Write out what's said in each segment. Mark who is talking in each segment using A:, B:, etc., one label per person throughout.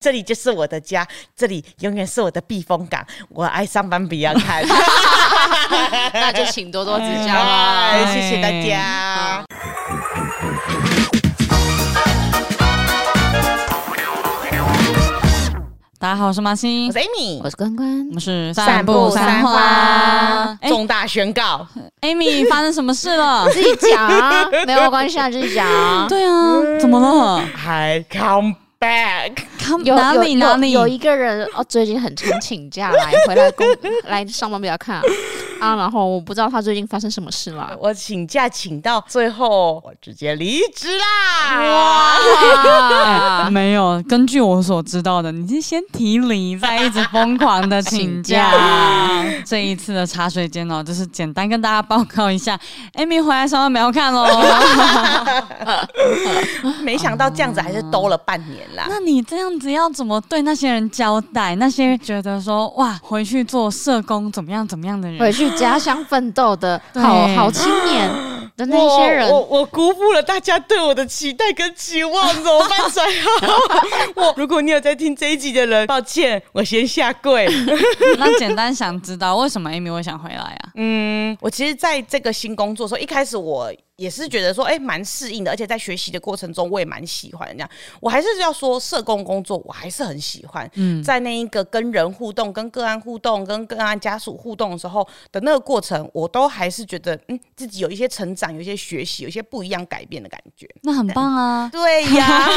A: 这里就是我的家，这里永远是我的避风港。我爱上班比较 看，
B: 那就请多多指教
A: 哎
B: 啦。
A: 谢谢大家。
C: 大家好，我是马欣
A: 我是，Amy，
B: 我是关关
C: 我，们是
A: 散步三花
C: 花。哎
A: 重大宣告，
C: ，Amy，发 生什么事了？
B: 自己讲啊，没有关系啊，自己讲啊。
C: 对啊，
A: 嗯
C: 怎么了？
A: 还 come back。
C: 看
B: 有
C: 哪里
B: 有有
C: 哪里？
B: 有一个人哦，最近很常请假来回来工 来上班比较看啊啊，然后我不知道他最近发生什么事 啦。
A: 我请假请到最后，我直接离职啦！
C: 哎
A: 啊
C: 没有，根据我所知道的，你是先提离，再一直疯狂的请
B: 请
C: 假
B: 假。
C: 这一次的茶水间哦，就是简单跟大家报告一下，Amy 回来上班没 有看喽。哦
A: 没想到这样子还是兜了半年啦。
B: 嗯
C: 那你这样子要怎么对那些人交代？那些觉得说哇，回去做社工怎么样怎么样的人
B: 回，去家乡奋斗的
C: 对
B: 好好青年的那些人
A: 我，我我辜负了大家对我的期待跟期望，怎么办才 好？我如果你有在听这一集的人，抱歉，我先下跪。
C: 那简单想知道为什么 Amy 会想回来啊？
A: 嗯，我其实在这个新工作的时候，一开始我也是觉得说，哎、蛮适应的，而且在学习的过程中，我也蛮喜欢这样。我还是要说，社工工作我还是很喜欢。
C: 嗯，
A: 在那一个跟人互动、跟个案互动、跟个案家属互动的时候的那个过程，我都还是觉得，嗯，自己有一些成长，有一些学习，有一些不一样改变的感觉。
C: 那很棒啊。
A: 对 呀，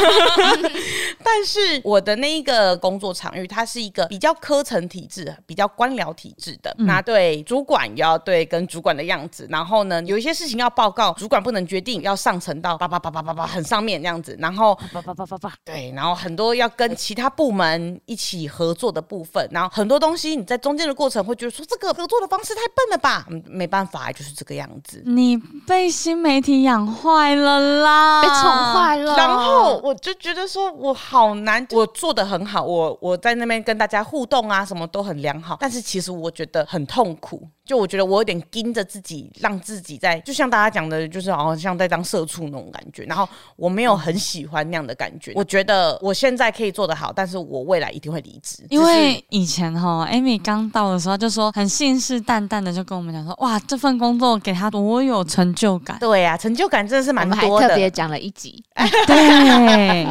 A: 但是我的那一个工作场域，它是一个比较科层体制、比较官僚体制的。
C: 嗯
A: 那对主管也要对跟主管的样子，然后呢，有一些事情要报告，主管不能决定，要上层到叭叭叭叭叭叭很上面那样子，然后
C: 叭叭叭叭叭，
A: 对，然后很多要跟其他部门一起合作的部分，然后很多东西你在中间的过程会觉得说这个合作的方式太笨了吧，嗯，没办法，就是这个样子。
C: 你被新媒体养坏了啦，
B: 被宠。坏了。
A: 然后我就觉得说，我好难，我做的很好，我我在那边跟大家互动啊，什么都很良好，但是其实我觉得很痛苦，就我觉得我有点盯着自己，让自己在，就像大家讲的，就是好像在当社畜那种感觉，然后我没有很喜欢那样的感觉，我觉得我现在可以做得好，但是我未来一定会离职，
C: 因
A: 就是。
C: 为以前哈，Amy 刚到的时候就说很信誓旦旦的就跟我们讲说，哇，这份工作给他多有成就感
A: 对呀、成就感真的是
B: 我
A: 蛮
B: 们还
A: 多
B: 特
A: 的，
B: 别讲了一集，
C: 对，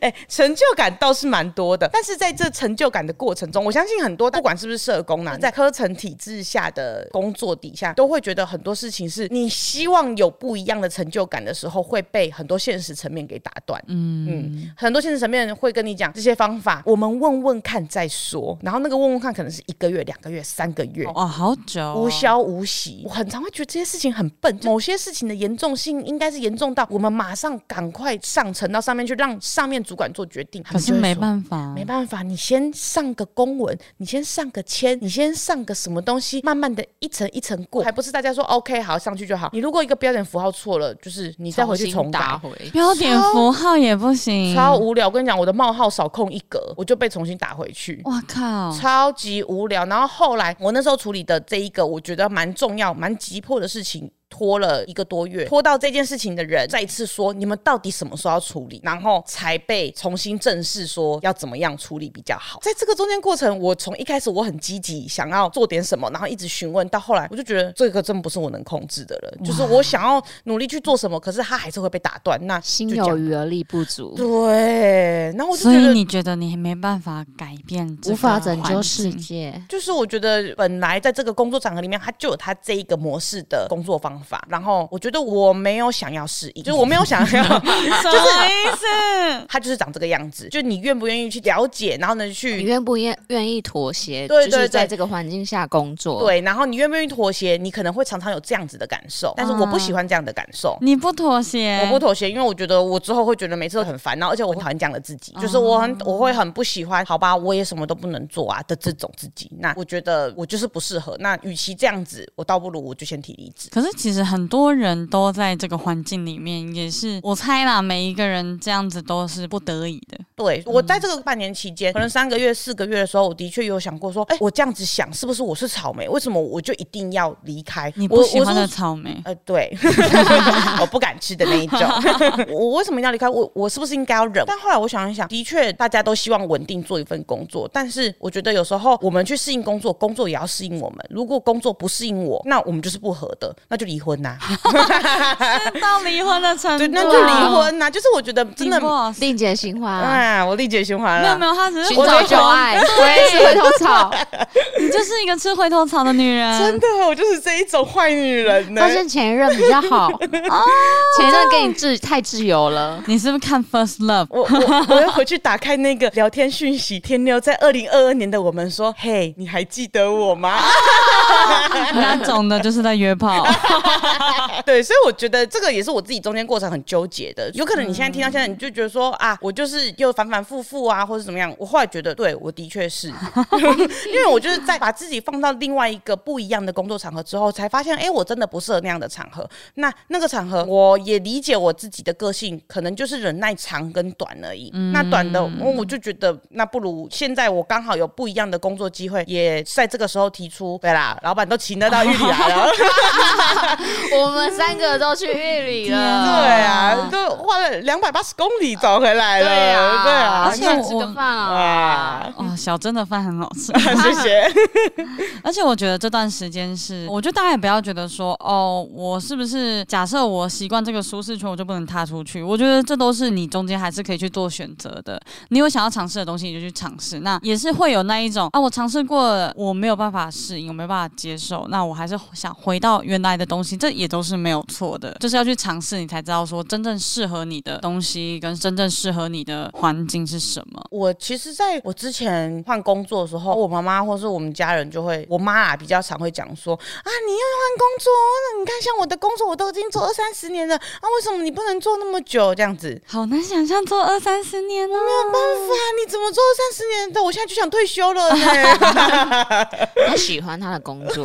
A: 哎、成就感倒是蛮多的，但是在这成就感的过程中，我相信很多不管是不是社工啊，在科层体制下的工作底下，都会觉得很多事情是你希望有不一样的成就感的时候，会被很多现实层面给打断。嗯，很多现实层面会跟你讲这些方法，我们问问看再说。然后那个问问看可能是一个月、两个月、三个月。
C: 哇，好久哦、
A: 无消无息，我很常会觉得这些事情很笨，就某些事情的严重性应该是严重到我们马上赶快上层到上面去，让上面主管做决定。
C: 可是没
A: 法。
C: 办法，啊
A: 没办法，你先上个公文，你先上个签，你先上个什么东西，慢慢的一层一层过，还不是大家说 OK 好上去就好。你如果一个标点符号错了，就是你再回去重
B: 打
A: 打，嗯
B: 回。
C: 标点符号也不行。
A: 超无聊。我跟你讲，我的冒号少空一格，我就被重新打回去。
C: 哇靠！
A: 超级无聊。然后后来我那时候处理的这一个，我觉得蛮重要、蛮急迫的事情。拖了一个多月，拖到这件事情的人再一次说：“你们到底什么时候要处理？”然后才被重新正视说要怎么样处理比较好。在这个中间过程，我从一开始我很积极，想要做点什么，然后一直询问，到后来我就觉得这个真不是我能控制的了。就是我想要努力去做什么，可是它还是会被打断。那
B: 心
A: 就这
B: 有
A: 样
B: 余而力不足，
A: 对，然后我就
C: 所
A: 觉
C: 以
A: 得
C: 你觉得你没办法改变这个
B: 无法拯救
C: 环
B: 世
C: 境
B: 界。
A: 就是我觉得本来在这个工作场合里面，他就有他这一个模式的工作方法，然后我觉得我没有想要适应，就是我没有想要，
C: 什么意思？
A: 他就是长这个样子，就你愿不愿意去了解，然后呢
B: 你
A: 去。
B: 愿不愿愿意妥协？
A: 对
B: 就
A: 对
B: 是在
A: 对
B: 这个环境下工作。，
A: 对，然后你愿不愿意妥协？你可能会常常有这样子的感
B: 啊
A: 受，但是我不喜欢这样的感受。
B: 嗯
C: 你不妥协，
A: 我不妥协，因为我觉得我之后会觉得每次都很烦，然后而且我很讨厌这样的自
B: 啊
A: 己，就是我很我会很不喜欢，好吧，我也什么都不能做啊的这种自己。那我觉得我就是不适合。那与其这样子，我倒不如我就先提离职。
C: 可是其实很多人都在这个环境里面，也是我猜啦，每一个人这样子都是不得已的。
A: 对我
C: 嗯
A: 在这个半年期间，可能三个月、四个月的时候，我的确有想过说，哎、我这样子想是不是我是草莓？为什么我就一定要离开？
C: 你
A: 我
C: 不喜
A: 我
C: 欢的
A: 是
C: 草莓，
A: 呃， 对，我不敢吃的那一种。 我我为什么一定要离开？我我是不是应该要忍？但后来我想一想，的确，大家都希望稳定做一份工作，但是我觉得有时候我们去适应工作，工作也要适应我们。如果工作不适应我，那我们就是不合的，那就离婚 呐、
C: 到离婚的程度
A: 对，那
C: 啊，
A: 就离婚呐、就是我觉得真的，
C: Divorce
B: 另解循环啊，
A: 哎，我历解循环
C: 没有
A: 了
C: 没。有，她只是
B: 寻
C: 回
B: 找
C: 头
B: 旧爱，对，是回头草。
C: 你就是一个吃回头草的女人。
A: 真的，我就是这一种坏女人呢、
B: 发现前任比较好， 哦前任给你自太自由了。
C: 你是不是看 First Love？
A: 我我我要回去打开那个聊天讯息，停留在二零二二年的我们说，嘿，你还记得我吗？
C: 那种的就是在约炮，
A: 对，所以我觉得这个也是我自己中间过程很纠结的。有可能你现在听到现在，你就觉得说啊，我就是又反反复复啊，或者怎么样。我后来觉得，对我的确是，因为我就是在把自己放到另外一个不一样的工作场合之后，才发现，哎，我真的不适合那样的场合。那那个场合，我也理解我自己的个性，可能就是忍耐长跟短而已。那短的，我我就觉得，那不如现在我刚好有不一样的工作机会，也在这个时候提出，对啦，老板都请得到玉里来了。
B: 我们三个都去狱里了，
A: 对啊，都花了两百八十公里找回来了，
B: 对啊，
A: 对啊，
B: 而且我
C: 那
B: 吃个饭啊，
A: 啊，
C: 哦，小珍的饭很好吃。
A: 谢谢。
C: 而且我觉得这段时间是，我觉得大家也不要觉得说，哦，我是不是假设我习惯这个舒适圈，我就不能踏出去？我觉得这都是你中间还是可以去做选择的。你有想要尝试的东西，你就去尝试。那也是会有那一种啊，我尝试过了，我没有办法适应，我没有办法接受，那我还是想回到原来的东西，这也都是没有错的。就是要去尝试，你才知道说真正适合你的东西跟真正适合你的环境是什么。
A: 我其实在我之前换工作的时候，我妈妈或是我们家人就会，我妈啊比较常会讲说啊，你又换工作，那你看像我的工作我都已经做二三十年了，啊，为什么你不能做那么久这样子？
C: 好难想象做二三十年哦。
A: 哇，你怎么做二三十年的？我现在就想退休了 呢。
B: 他喜欢他的工作，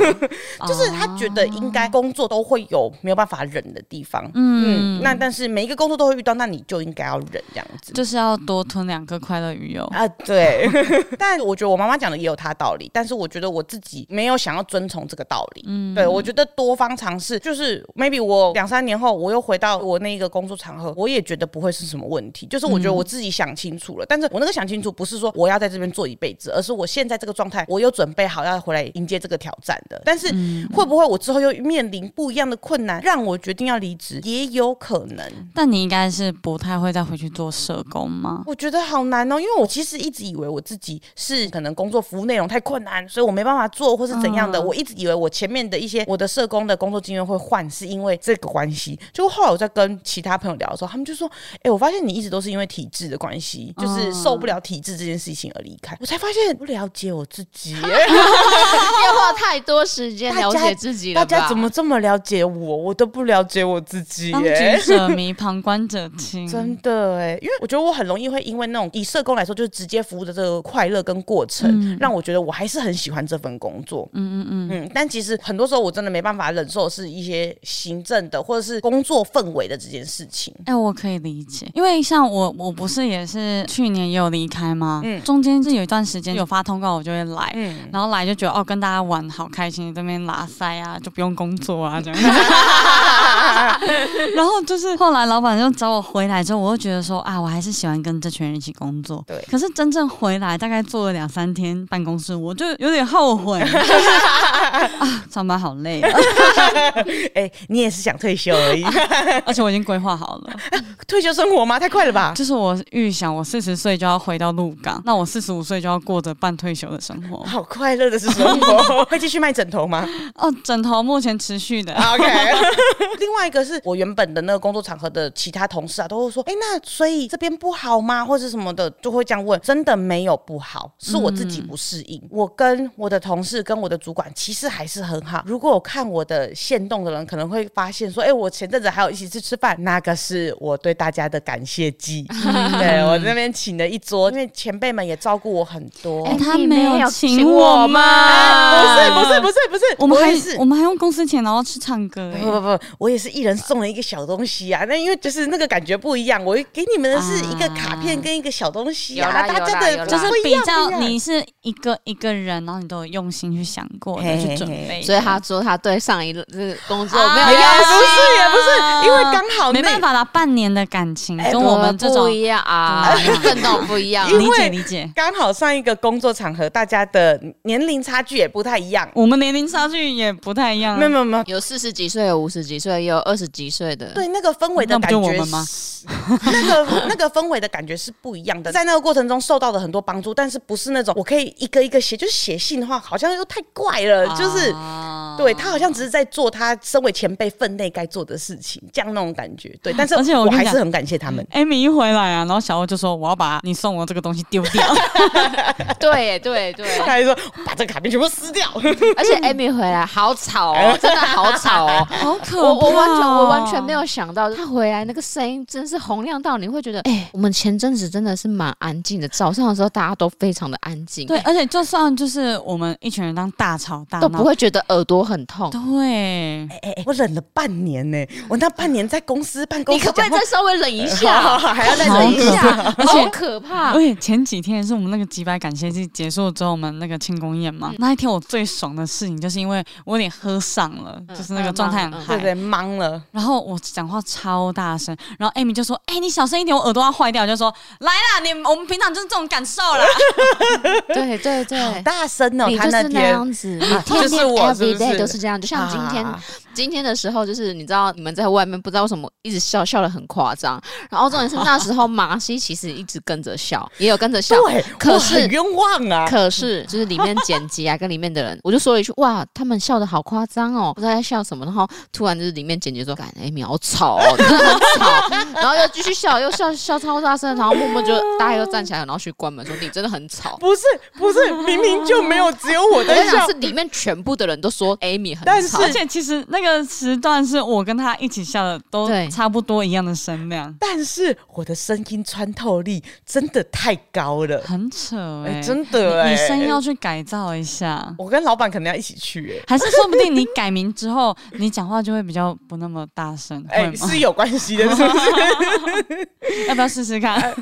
A: 就是他觉得应该工作都会有没有办法忍的地方，嗯，那但是每一个工作都会遇到，那你就应该要忍这样子。
C: 就是要多吞两颗快乐鱼油。
A: 啊，对， 但我觉得我妈妈讲的也有她道理，但是我觉得我自己没有想要遵从这个道理。嗯，对，我觉得多方尝试，就是 maybe 我两三年后我又回到我那个工作场合，我也觉得不会是什么问题。就是我觉得我自己想清楚了，但是我那个想清楚不是说我要在这边做一辈子，而是我现在这个状态，我有准备好要回来迎接这个挑战的。但是会不会我之后又面临不一样的困难，让我决定要离职，也有可能。
C: 但你应该是不太会再回去做社 工吗？
A: 我觉得好难哦，因为我其实一直以为我自己是可能工作服务内容太困难，所以我没办法做，或是怎样
C: 嗯
A: 的。我一直以为我前面的一些我的社工的工作经验会换，是因为这个关系。就后来我在跟其他朋友聊的时候，他们就说：“哎、我发现你一直都是因为体制的关系，就是
C: 嗯
A: 受不了体制这件事情而离开。”我才发现不了解我自己耶，
B: 要花太多时间了解自己
A: 大
B: 了吧？
A: 家怎么这么了解我？我都不了解我自己
C: 当
A: 耶
C: 局。者迷，旁观者清。
A: 真的哎，因为我觉得我很容易会因为那种以社工来说，就是直接服务的这个快乐跟过程，让我觉得我还是很喜欢这份工作。嗯嗯嗯但其实很多时候我真的没办法忍受的是一些行政的或者是工作氛围的这件事情。
C: 哎、我可以理解，因为像我，我不是也是去年也有离开吗？中间是有一段时间有发通告，我就会来，
A: 嗯，
C: 然后来就觉得哦，跟大家玩好开心，这边拉塞啊，就不用工作啊，这样。然后就是后来老板就找我回来之后，我就觉得说啊，我还是喜欢跟这群人一起工作。
A: 对
C: 可是真正回来大概做了两三天办公室，我就有点后悔， 就是啊，上班好累啊，
A: 哎、你也是想退休 而已，
C: 而且我已经规划好了，
A: 退休生活吗？太快了 吧！
C: 就是我预想我四十岁就要回到鹿港，那我四十五岁就要过着半退休的生活。
A: 好快乐的是生 活，会继续卖枕头吗？
C: 哦，枕头目前持续的。
A: OK，另 外一个是我原本的那个工作场合的其他同事啊，都会说，哎、那所以这边不好吗？或者什么的，就会这样问。真的没有不好，是我自己不适应。我跟我的同事跟我的主管其实还是很好。如果我看我的线动的人，可能会发现说，哎、我前阵子还有一起去吃饭，那个是我对大家的感谢 祭。对我那边请了一桌，因为前辈们也照顾我很多。
B: 哎？
C: 他
B: 你
C: 没有
B: 有
C: 请
B: 我
C: 我吗
A: 哎不是不是不是不是，
C: 我们还
A: 也是
C: 我们还用公司钱然后去唱歌、哎
A: 不不不，我也是一人送了一个小东西啊。那因为就是那个感觉不一样，我给你们的是一个卡片跟一个小东西啊，
B: 啊有啦
A: 大家的
B: 有啦有啦
A: 不
C: 就是
A: 不一
C: 比
A: 样不一
C: 较
A: 样
C: 你是一个一个人，然后你都有用心去想过
A: 嘿
C: 的
A: 嘿嘿
C: 去准备，
B: 所以他说他对上一次工作
C: 啊
B: 没有
A: 没有
B: 用心
A: 不是也不是，因为刚好
C: 没
A: 那。
C: 办法啦，半年的感情
A: 哎
C: 跟我们这种
B: 不一样啊， 奋斗不一样啊
A: 因。为
C: 理解理解，
A: 刚好上一个工作场合，大家的年龄差距也不太一样。
C: 我们年龄差距也不太一样啊，
A: 没有没有没有，
B: 有四十几岁，有五十几岁，也有二十几岁的。
A: 对那个氛围的
C: 那不
A: 感
C: 就我
A: 觉
C: 们吗
A: 是， 那个那个氛围的感觉是不一样的。在那个过程中受到的很多帮助，但是不是那种我可以一个一个写，就是写信的话，好像又太怪了，就是。
C: 啊
A: 对他好像只是在做他身为前辈分内该做的事情，这样那种感觉。对，但是
C: 而且我
A: 我
C: 跟你
A: 还
C: 讲嗯
A: 是很感谢他们。
C: Amy 一回来啊，然后小欧就说：“我要把你送我这个东西丢掉。
B: 啊对对对，
A: 他还说把这个卡片全部撕掉，
B: 而且 Amy 回来好吵哦，真的好吵哦。”
C: 好可
B: 我我完全我完全没有想到她回来那个声音真是洪亮到你会觉得，哎、我们前阵子真的是蛮安静的，早上的时候大家都非常的安静，
C: 对，，而且就算就是我们一群人当大吵大闹，
B: 都不会觉得耳朵很痛。
C: 对。
A: 哎、哎我忍了半年呢、我那半年在公司办公
B: 你
A: 室
B: 可不可
A: 讲
B: 以
A: 话
B: 再，稍微冷一
A: 好好
B: 下？
A: 好还要再
B: 冷
A: 忍
B: 一
A: 一下。
B: 下，
C: 而且
B: 好可 怕
C: 而。且前几天是我们那个几百感谢祭结束之后，我们那个庆功宴
B: 嗯
C: 嘛，那一天我最爽的事情，就是因为我有点喝上了，
B: 嗯
C: 就是那个状态很
B: 嗯嗯
A: 对
C: 嗨，
A: 不对？忙了，
C: 然后我讲话超大声，然后 Amy 就说：“哎、你小声一点，我耳朵要坏掉。”我就说：“来啦，你我们平常就是这种感受 啦。
B: 对对
A: 好
B: 对，
A: 大声哦、
B: 哎你
A: 他
B: 就是那
A: 天。
B: 样 子，
A: 啊
B: 你天
A: 就是
B: 天
A: 我是
B: every
A: 不是
B: day 都是这样。就像今天
A: 啊
B: 今天的时候，就是你知道你们在外面不知道为什么一直笑，笑得很夸张。然后重点是那时候马西其实一直跟着笑，也有跟着笑，
A: 对，
B: 可
A: 我
B: 是
A: 很冤枉啊！
B: 可是就是里面剪辑啊，跟里面的人，我就说了一句哇，他们笑的好夸张哦，不知道在笑什么。然后突然就是里面剪辑说，感哎，你好吵哦，你真的很吵。然后又继续笑，又笑笑超大声，然后默默就大家又站起来，然后去关门说你真的很吵。
A: 不是不是，明明就没有，只有我
B: 我
A: 在
B: 跟你
A: 笑
B: 讲，是。里面全部的人都说哎 Amy 很
A: 但是
B: 吵，
C: 而且其实那个时段是我跟他一起笑的，都
B: 对
C: 差不多一样的声量，
A: 但是我的声音穿透力真的太高了，
C: 很扯
A: 哎、
C: 哎、
A: 真的
B: 欸
A: 哎、
C: 你你声音要去改造一下，
A: 我跟老板可能要一起去哎、
C: 还是说不定你改名之后，你讲话就会比较不那么大声，
A: 哎、
C: 会吗？
A: 是有关系的，是不是？
C: 要不要试 试看？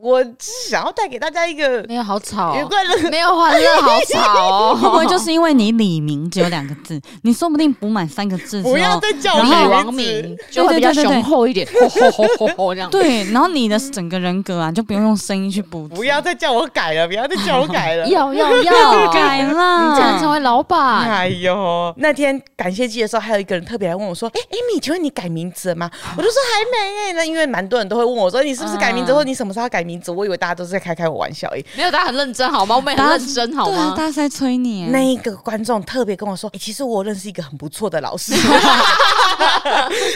A: 我只是想要带给大家一个
B: 没有好吵
A: 愉
B: 哦，
A: 快 乐。
B: 没有欢乐，好吵哦。
C: 会不会就是因为你李明只有两个字，你说不定补满三个字之后，
A: 不要再叫我
C: 然
B: 李
C: 后
B: 王明就会比较雄厚一点，吼吼吼吼吼这样。
C: 对，然后你的整个人格啊，就不用用声音去补足，
A: 不 要再叫我改了，不要再叫我改了。
B: 要要要
C: 改
B: 你才能
C: 了，
B: 成为老
C: 啊
B: 板。
A: 哎呦，那天感谢季的时候，还有一个人特别来问我说：“哎、a m y 请问你改名字了吗？”我就说还没哎、那因为蛮多人都会问我说：“你是不是改名字？
C: 嗯
A: 或者你什么时候要改名字？”我以为大家都是在开开我玩笑而已。哎
B: 没有，大家很认真好吗？我们也很认真好
C: 对啊，
B: 吗？
C: 大家是在催你耶，啊
A: 那一个观众特别跟我说：“哎、其实我认识一个很不错的老师。”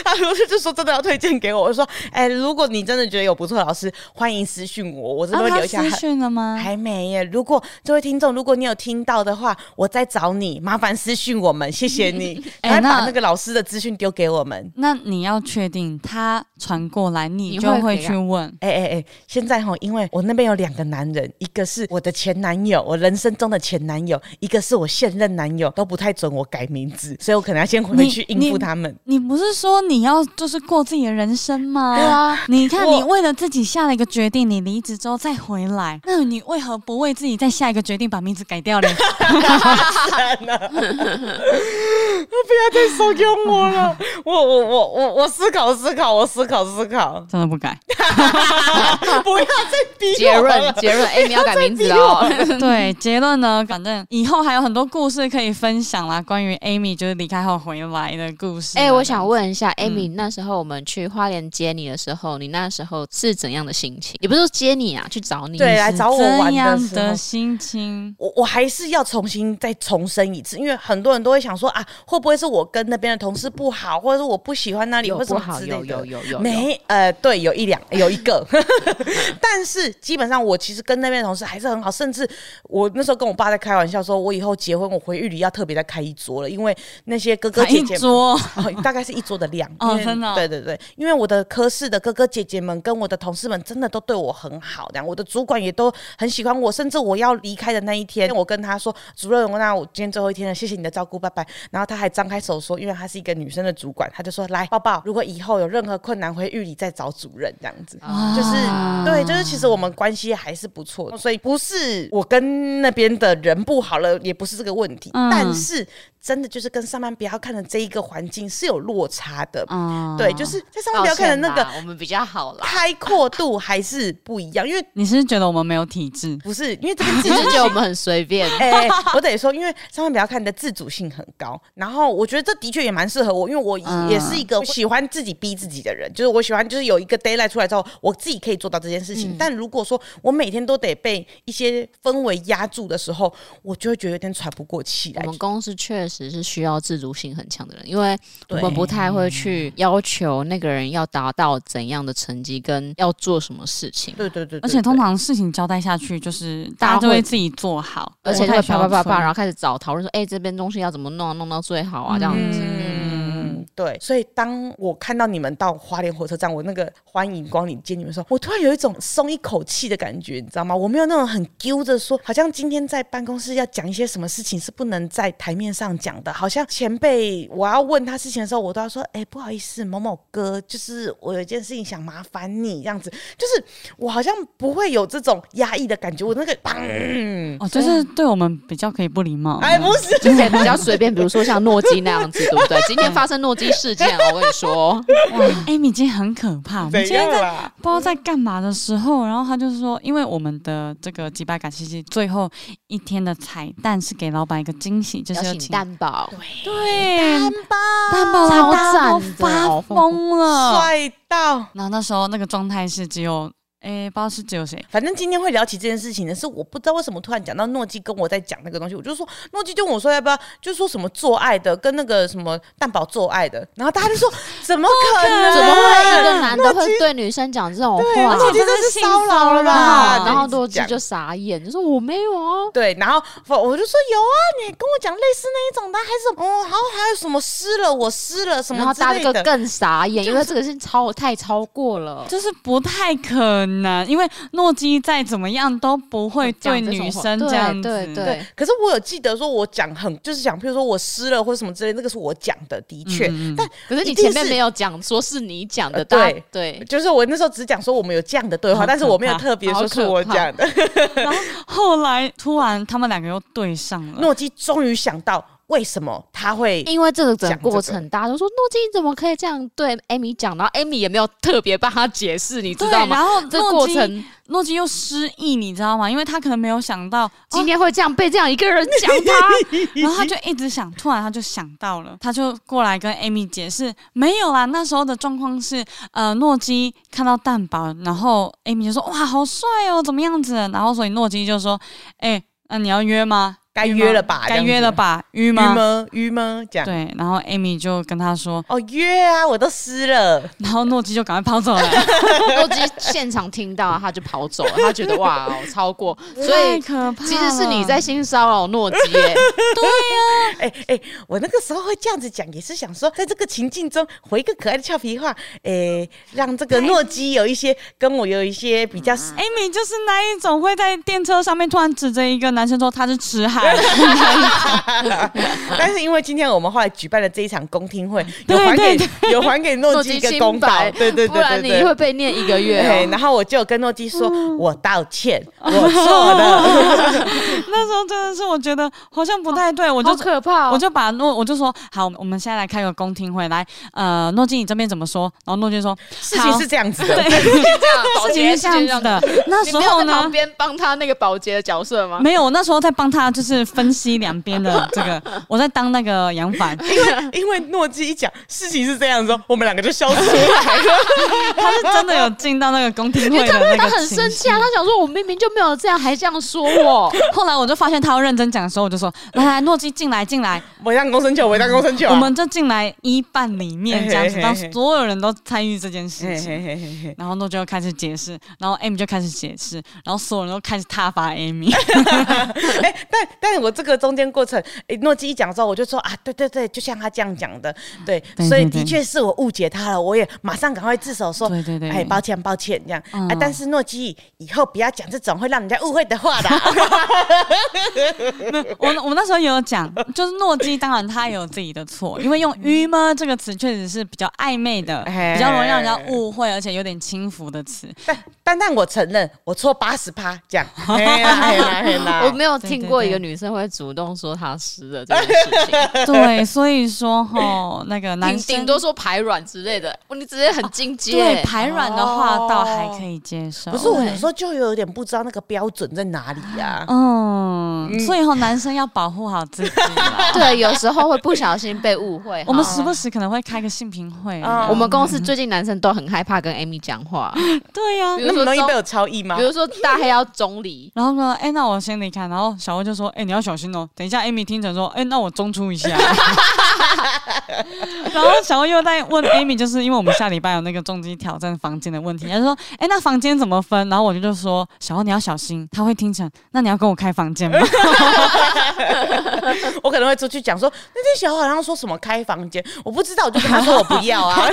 A: 他说：“就说真的要推荐给我。”我说：“哎、如果你真的觉得有不错的老师，欢迎私讯我，我真的
C: 啊
A: 会
C: 他
A: 留下
C: 私
A: 他。
C: 讯了吗？
A: 还没耶！如果这位听众，如果你有听到的话，我再找你，麻烦私讯我们，谢谢你，
C: 哎
A: 来、把
C: 那
A: 那个老师的资讯丢给我们。
C: 那你要确定他传过来，你
B: 你
C: 就
B: 会
C: 会
B: 给啊
C: 去问。
A: 哎哎哎！现在哈，因为我那边有两个男人，一个是我的前男友，我人生中的前男友，一个是我现任男友，都不太准我改名字，所以我可能要先回
C: 你
A: 去应
C: 你
A: 付他们。
C: 你不是说你要就是过自己的人生吗？
B: 对啊，
C: 你看，
A: 我
C: 你为了自己下了一个决定，你离职之后再回来，那你为何不为自己再下一个决定把名字改掉呢？，
A: 不啊要再怂恿我了，我我我我我思考思考，我思考思考
C: 真的不改。
A: 不要再逼
B: 结
A: 我
B: 论
A: 了。
B: 结论，Amy 要改名字哦。
C: 对，结论呢，反正以后还有很多故事可以分享啦，关于 Amy 就是离开后回来的故事啊。
B: 哎，我想问一下，Amy，那时候我们去花莲接你的时候，你那时候是怎样的心情？也不是说接你啊，去找你。
A: 对来找我玩的
C: 这样
A: 时候
C: 的心情，
A: 我我还是要重新再重申一次，因为很多人都会想说啊，会不会是我跟那边的同事不好，或者是我不喜欢那里，
B: 有
A: 或者
B: 不
A: 什么
B: 好？
A: 之类
B: 有
A: 的。
B: 有有有有。
A: 没呃，对，有一两有一个，但是基本上我其实跟那边的同事还是很好，甚至我那时候跟我爸在开玩笑说，我以后结婚我回玉里要特别再开一桌了，因为那些哥哥
C: 反
A: 姐
C: 一
A: 姐
C: 桌，
A: 哦，大概是一桌的量。
C: 哦
A: 因为
C: 真的哦
A: 对对对，因为我的科室的哥哥姐姐们跟我的同事们真的都对我很好，这样我的主管也都很喜欢我，甚至我要离开的那一天，我跟他说：“主任，那我今天最后一天了，谢谢你的照顾，拜拜。”然后他还张开手说：“因为他是一个女生的主管，他就说：‘来，抱抱，如果以后有任何困难，回狱里再找主任。’这样子。
C: 啊
A: 就是对，就是其实我们关系还是不错的，所以不是我跟那边的人不好了，也不是这个问题，
C: 嗯
A: 但是真的就是跟上班不要看的这一个环境是有落差的，
C: 嗯，
A: 对，就是在上班
B: 抱
A: 不要看的
B: 歉
A: 那个
B: 啦我们比较好啦。
A: 开阔度还是不一样，因为
C: 你是不是觉得我们没有体制？
A: 不是因为这边自
B: 其实觉得我们很随便，
A: 哎、我得说，因为上班不要看你的自主性很高，然后我觉得这的确也蛮适合我，因为我
C: 嗯
A: 也是一个喜欢自己逼自己的人，就是我喜欢就是有一个 d a y l i g h t 出来之后，我自己可以做到这件事情。但如果说我每天都得被一些氛围压住的时候，我就会觉得有点喘不过气来
B: 我。们公司确实是需要自主性很强的人，因为我
A: 对
B: 们不太会去要求那个人要达到怎样的成绩，跟要做什么事情。
A: 对对对
C: 而且
A: 对
C: 通。
A: 对
C: 常事情交代下去，就是
B: 大家
C: 大家就
B: 会
C: 会自己做好，
B: 而且就
C: 不太
B: 会
C: 需
B: 啪
C: 要
B: 啪啪
C: 催
B: 啪，然后开始找讨论说，哎、这边东西要怎么弄啊，弄到最好啊，这样子。
A: 嗯，对，所以当我看到你们到花莲火车站，我那个欢迎光临接你们说，我突然有一种松一口气的感觉，你知道吗？我没有那种很揪着说，好像今天在办公室要讲一些什么事情是不能在台面上讲的，好像前辈我要问他事情的时候，我都要说，哎、不好意思，某某哥，就是我有一件事情想麻烦你，这样子，就是我好像不会有这种压抑的感觉，我那个砰，
C: 哦，就是对我们比较可以不礼貌。
A: 哎，不是。
B: 之前比较随便，比如说像诺基那样子，对不对？今天发生诺基事件啊，我跟你说，
C: 哇，艾米今天很可怕。我们
A: 怎
C: 今天
A: 嗯样啊
C: 在
A: 啦？
C: 不知道在干嘛的时候，然后他就是说，因为我们的这个几百感谢祭最后一天的彩蛋是给老板一个惊喜，就是
B: 要
C: 有
B: 请
C: 请
B: 蛋堡，
C: 对
A: 蛋
C: 蛋堡
B: 超
C: 大家都
B: 赞的
C: 发疯
A: 包
C: 了。
A: 帅到！
C: 然后那时候那个状态是只有哎，不知道是只有谁，
A: 反正今天会聊起这件事情的是，我不知道为什么突然讲到诺基跟我在讲那个东西，我就说诺基就问我说要不要，就说什么做爱的跟那个什么蛋堡做爱的，然后大家就说怎么可能？
B: 怎么会一个男的会对女生讲这种话？
A: 而且这是骚扰了吧？
B: 然后诺基
A: 讲
B: 就傻眼，就说我没有啊，
A: 对，然后我我就说有啊，你跟我讲类似那一种的，还是什么哦，然后还有什么湿了我湿了什
B: 然后
A: 么之
B: 大家
A: 类
B: 就
A: 的。
B: 更傻眼，因为这个是超太超过了。
C: 就是不太可能，因为诺基再怎么样都不会
B: 讲
C: 对
B: 这种
C: 女
B: 话
C: 生这样子。
B: 对对对
A: 对，可是我有记得说，我讲很就是讲，譬如说我湿了或什么之类，那个是我讲的，的确。但
B: 可是你
A: 一定
B: 前面
A: 是
B: 没有讲说是你讲的，
A: 呃
B: 大
A: 对
B: 对，
A: 就是我那时候只讲说我们有这样的对话，
C: 好
A: 但是我没有
C: 可怕
A: 特别
C: 好
A: 说
C: 可
A: 是我
C: 怕
A: 讲的。
C: 后来突然他们两个又对上 了，
A: 诺基终于想到为什么他会。
B: 因为这个整个
A: 讲这个
B: 过程，大家都说诺基你怎么可以这样对艾米讲？然后艾米也没有特别帮他解释，你知
C: 对，
B: 道吗？
C: 然后
B: 这
C: 诺
B: 过
C: 基
B: 程
C: 诺基又失忆，你知道吗？因为他可能没有想到，哦
B: 今天会这样被这样一个人讲他，
C: 然后他就一直想，突然他就想到了，他就过来跟 Amy 解释，没有啦，那时候的状况是，呃，诺基看到蛋堡，然后 Amy 就说，哇，好帅哦，怎么样子？然后所以诺基就说，哎、那、你要约吗？
A: 该
C: 约吗
A: 约了吧
C: 该
A: 这样
C: 约
A: 子
C: 了吧？约
A: 郁
C: 吗？
A: 闷郁闷这样。
C: 对，然后 Amy 就跟他说，
A: 哦，约啊，我都湿了。
C: 然后诺基就赶快跑走了，
B: 诺基现场听到他就跑走了，他觉得哇哦超过，所
C: 太
B: 以
C: 可怕了。
B: 其实是你在性骚扰诺基耶，
A: 哎、哎、我那个时候会这样子讲，也是想说，在这个情境中回一个可爱的俏皮话，哎、让这个诺基有一些跟我有一些比
C: 嗯
A: 较。
C: Amy 就是那一种会在电车上面突然指着一个男生说他是痴汉，
A: 但是因为今天我们后来举办了这一场公听会，有
C: 对
A: 还给
C: 对
A: 有还给诺基一个
B: 清
A: 公道
B: 白，。
A: 对对对对
B: 不然你
A: 对
B: 会被念一个月
A: 对，
B: 哦。
A: 然后我就跟诺基说：“
C: 嗯
A: 我道歉，我 错 了。
C: 那时候真的是我觉得好像不太对，我就
B: 好可怕、哦！
C: 我就把诺我就说好，我们现在来开个公听会，来，呃，诺基你这边怎么说？然后诺基说
A: 事情是这样子的，
B: 这 样，保
C: 事
B: 洁
C: 情是这样子的，那
B: 你
C: 时
B: 没有
C: 候
B: 在旁
C: 呢？
B: 边帮他那个保洁的角色吗？
C: 没有，那时候在帮他，就是就是分析两边的这个，我在当那个杨凡，
A: 因为诺基一讲事情是这样子，我们两个就笑出来了。
C: 他是真的有进到那个公听
B: 因
C: 会
B: 为他
C: 的
B: 他
C: 那个
B: 很
C: 情绪
B: 生气啊，他想说我明明就没有这样，还这样说 我。
C: 后来我就发现他要认真讲的时候，我就说：“来来，诺基进来，进来，
A: 我让公生球，我让公生球啊、
C: 我们就进来一办里面这样子，
A: 嘿嘿嘿
C: 让
A: 嘿
C: 所有人都参与这件事
A: 嘿
C: 情。
A: 嘿嘿嘿嘿
C: 然后诺基就开始解释，然后 M 就开始解释，然后所有人都开始挞伐 Amy。
A: 哎、但但我这个中间过程，哎、诺基一讲之后，我就说啊，对对对，就像他这样讲的，对，
C: 对
A: 所以
C: 对
A: 的确是我误解他了，我也马上赶快自首说，
C: 对对对
A: 哎、抱歉抱歉这样，哎、
C: 嗯
A: 但是诺基以后不要讲这种会让人家误会的话的，
C: 我我那时候也有讲，就是诺基当然他也有自己的错，因为用“愚吗”这个词确实是比较暧昧的，
A: 哎
C: 比较容易让人家误会，而且有点轻浮的词。
A: 但但但我承认我错八十趴这 样，嘿啦嘿啦嘿 啦，
B: 我没有听过
C: 对对对
B: 一个女生会主动说她湿的这件事情。
C: 对，所以说吼，那个男
B: 顶
C: 生
B: 顶多说排卵之类的， 哇你直接很进阶、
C: 对排卵的话倒还
A: 哦
C: 可以接受，
A: 不是
B: 哎
A: 我有时候就有点不知道那个标准在哪里呀、
B: 哦
C: 嗯，所以吼，男生要保护好自己 啦。
B: 对，有时候会不小心被误会。
C: 我们时不时可能会开个性平会，
A: 啊
B: 哦我们公司最近男生都很害怕跟 Amy 讲 话，
C: 对啊呀、，
B: 比
A: 那
B: 如
A: 么
B: 说
A: 容易
B: 中
A: 被我超意吗
B: 比？如说大黑要中离
C: 然后呢，哎、那我先离开。然后小欧就说，哎、你要小心哦，等一下 Amy 听成说，哎、那我中出一下。 然后小欧又在问 Amy，就是因为我们下礼拜有那个重击挑战房间的问题，他就说，哎、那房间怎么分？然后我就就说，小欧你要小心，他会听成，那你要跟我开房间 吗？
A: 我可能会出去讲说，那天小孩好像说什么开房间，我不知道，我就跟他说我不要啊。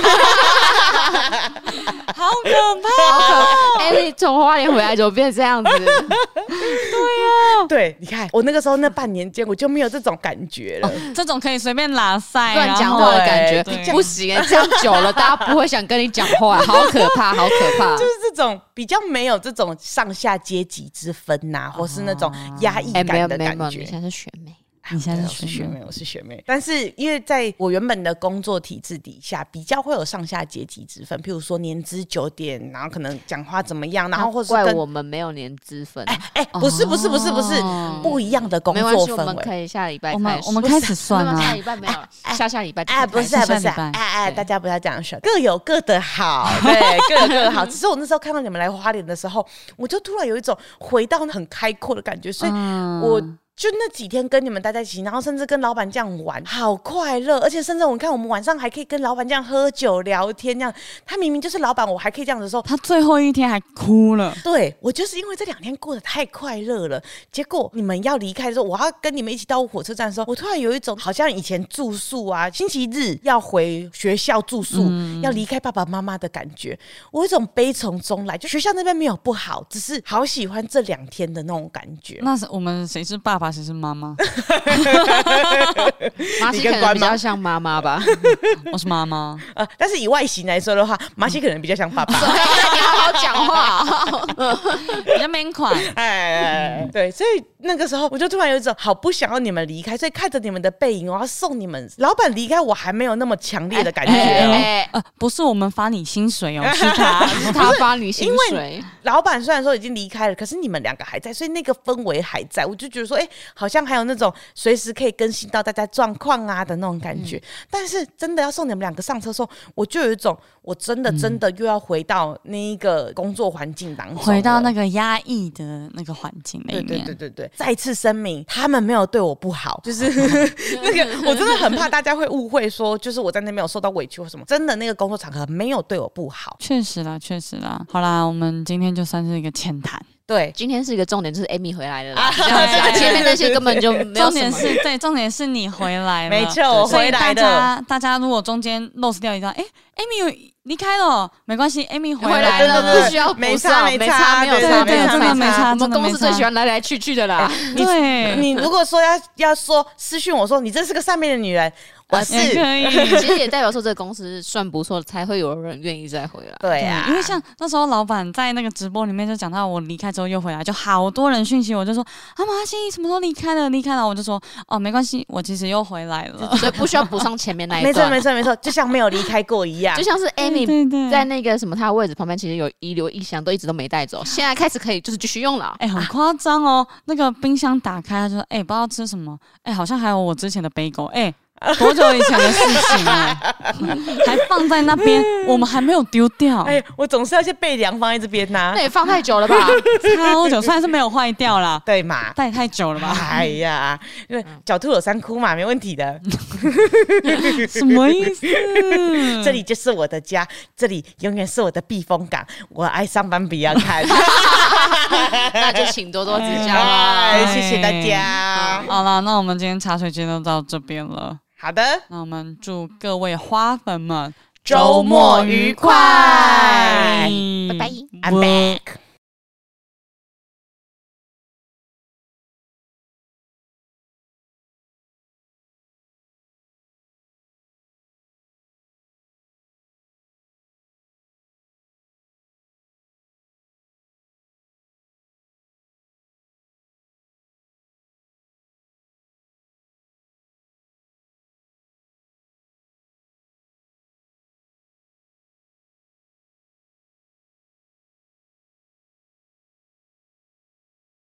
C: 好可怕！
B: Amy 从花莲回来就变这样子，哦
A: 对，你看我那个时候那半年间，我就没有这种感觉
B: 哦
A: 了。
C: 这种可以随便拉塞，
B: 乱
C: 哎然
B: 讲
C: 后哎
B: 话的感觉
C: 对对
B: 不行、欸，这样久了大家不会想跟你讲话， 好可怕，好 可怕
A: 就。是这种比较没有这种上下阶级之分呐、或是那种压抑
B: 哎、没有
A: 感的
B: 没有
A: 感
B: 没有，
A: 觉
B: 你。现在是学妹，
A: 啊
C: 你现在
A: 对
C: 是
A: 我是
C: 学
A: 学
C: 妹
A: 妹，我是学妹。但是因为在我原本的工作体制底下，比较会有上下阶级之分，譬如说年资久点，然后可能讲话怎么样，然后或是
B: 怪
A: 跟
B: 我们没有年资分，
A: 哎、不是不是不是不是、
C: 哦
A: 不一样的工
B: 没关
A: 作
B: 系，我
A: 氛
B: 们
A: 围。
B: 可以下礼拜
C: 我们
B: 开始
C: 我们开始算
B: 没有下
C: 啊
B: 礼。拜没有了，下下礼拜就
A: 哎，
B: 可
A: 不
B: 以
A: 是
B: 开
A: 啊
B: 始
A: 不
C: 下
A: 是啊，
C: 礼拜
A: 哎哎，
B: 对
A: 大家不要这样想，各有各的 好，对，各有各的好。只是我那时候看到你们来花莲的时候，我就突然有一种回到很开阔的感觉，所以
C: 嗯
A: 我。就那几天跟你们待在一起，然后甚至跟老板这样玩，好快乐！而且甚至我看我们晚上还可以跟老板这样喝酒聊天，这样他明明就是老板，我还可以这样子说。
C: 他最后一天还哭了。
A: 对我就是因为这两天过得太快乐了，结果你们要离开的时候，我要跟你们一起到火车站的时候，我突然有一种好像以前住宿啊，星期日要回学校住宿，
B: 嗯
A: 要离开爸爸妈妈的感觉，我有一种悲从中来。就学校那边没有不好，只是好喜欢这两天的那种感觉。
C: 那是我们谁是爸爸，谁是妈妈？
B: 马
A: 你
B: 西
A: 跟
B: 可能
A: 关
B: 比
A: 吗
B: 较像妈 妈吧，
C: 我是妈妈。
A: 呃，但是以外形来说的话，马西可能比较像爸 爸。
B: 你好好讲话。
A: 哦
C: 比较 man 款。
A: 哎，对，所以那个时候我就突然有一种好不想要你们离开，所以看着你们的背影，我要送你们。老板离开我还没有那么强烈的感觉、哦。
B: 哎，
C: 呃，不是我们发你薪水 哦，是他。
B: 是他发你薪
A: 因
B: 水
A: 为，老板虽然说已经离开了，可是你们两个还在，所以那个氛围还在。我就觉得说，哎、好像还有那种随时可以更新到大家状况啊的那种感觉。但是真的要送你们两个上车的时候，我就有一种我真的真的又要回到那一个工作环境当中了，
C: 回到那个压抑的那个环境里
A: 对
C: 面，
A: 对对对对，再次声明，他们没有对我不好，就是 那个，我真的很怕大家会误会说，就是我在那边有受到委屈或什么。真的，那个工作场合没有对我不好，
C: 确实啦，确实啦。好啦，我们今天就算是一个浅谈，
A: 对，
B: 今天是一个重点，就是 Amy 回来 了啦，这样子啊，前面那些根本就没有
C: 重
B: 什
C: 点
B: 么。
C: 是对，重点是你回来了，
A: 没错，我
C: 所以
A: 回
C: 大
A: 来的。
C: 家，大家如果中间 lose 掉一段，哎、a m y 离开了，没关系，Amy 回
B: 回
C: 来
B: 来了，
C: 了，
B: 不需要补
A: 没
B: 上，
A: 差
B: 没
A: 没差
B: 没有
C: 对
B: 差，
C: 对
B: 没有
C: 真
B: 差，
C: 的没差
B: 我们
C: 真的没
B: 公司最
C: 差
B: 喜欢来来去去的啦。
C: 对，
A: 你如果说要要说私讯我说你真是个善变的女人，我
C: 也
A: 是
C: 可以。
B: 哎其实也代表说这个公司算不错，才会有人愿意再回来。
A: 对啊，
C: 嗯因为像那时候老板在那个直播里面就讲到，我离开之后又回来，就好多人讯息，我就说啊，马欣怡什么时候离开了？离开了，我就说哦，没关系，我其实又回来 了。
B: 所以不需要补上前面那一
A: 没错
B: 段。
A: 没错没错，就像没有离开过一样
B: 就。像是 Amy
C: 对对，
B: 在那个什么他的位置旁边，其实有遗留一箱，都一直都没带走，现在开始可以就是继续用了。
C: 哎、很夸张哦！那个冰箱打开，他就说：“哎、不知道吃什么。哎、好像还有我之前的杯狗。 哎、多久以前的事情 啊？还放在那边，我们还没有丢掉，
A: 哎，我总是要先备良方一这边呐
B: 那，也放太 久了吧？
C: 超久，虽然是没有坏掉啦，
A: 对 嘛？
C: 但也太久了吧？
A: 哎呀，因为狡兔有三窟嘛，没问题的。
C: 什么意思？嗯
A: 这里就是我的家，这里永远是我的避风港。我爱上班不要看。
B: 那就请多多指教
A: 哎，
B: 啦。
A: 谢谢大家。
C: 好了，那我们今天茶水间就到这边了。
A: 好的，
C: 那我们祝各位花粉们
A: 周末愉快
B: 拜拜。嗯
A: ，I'm back。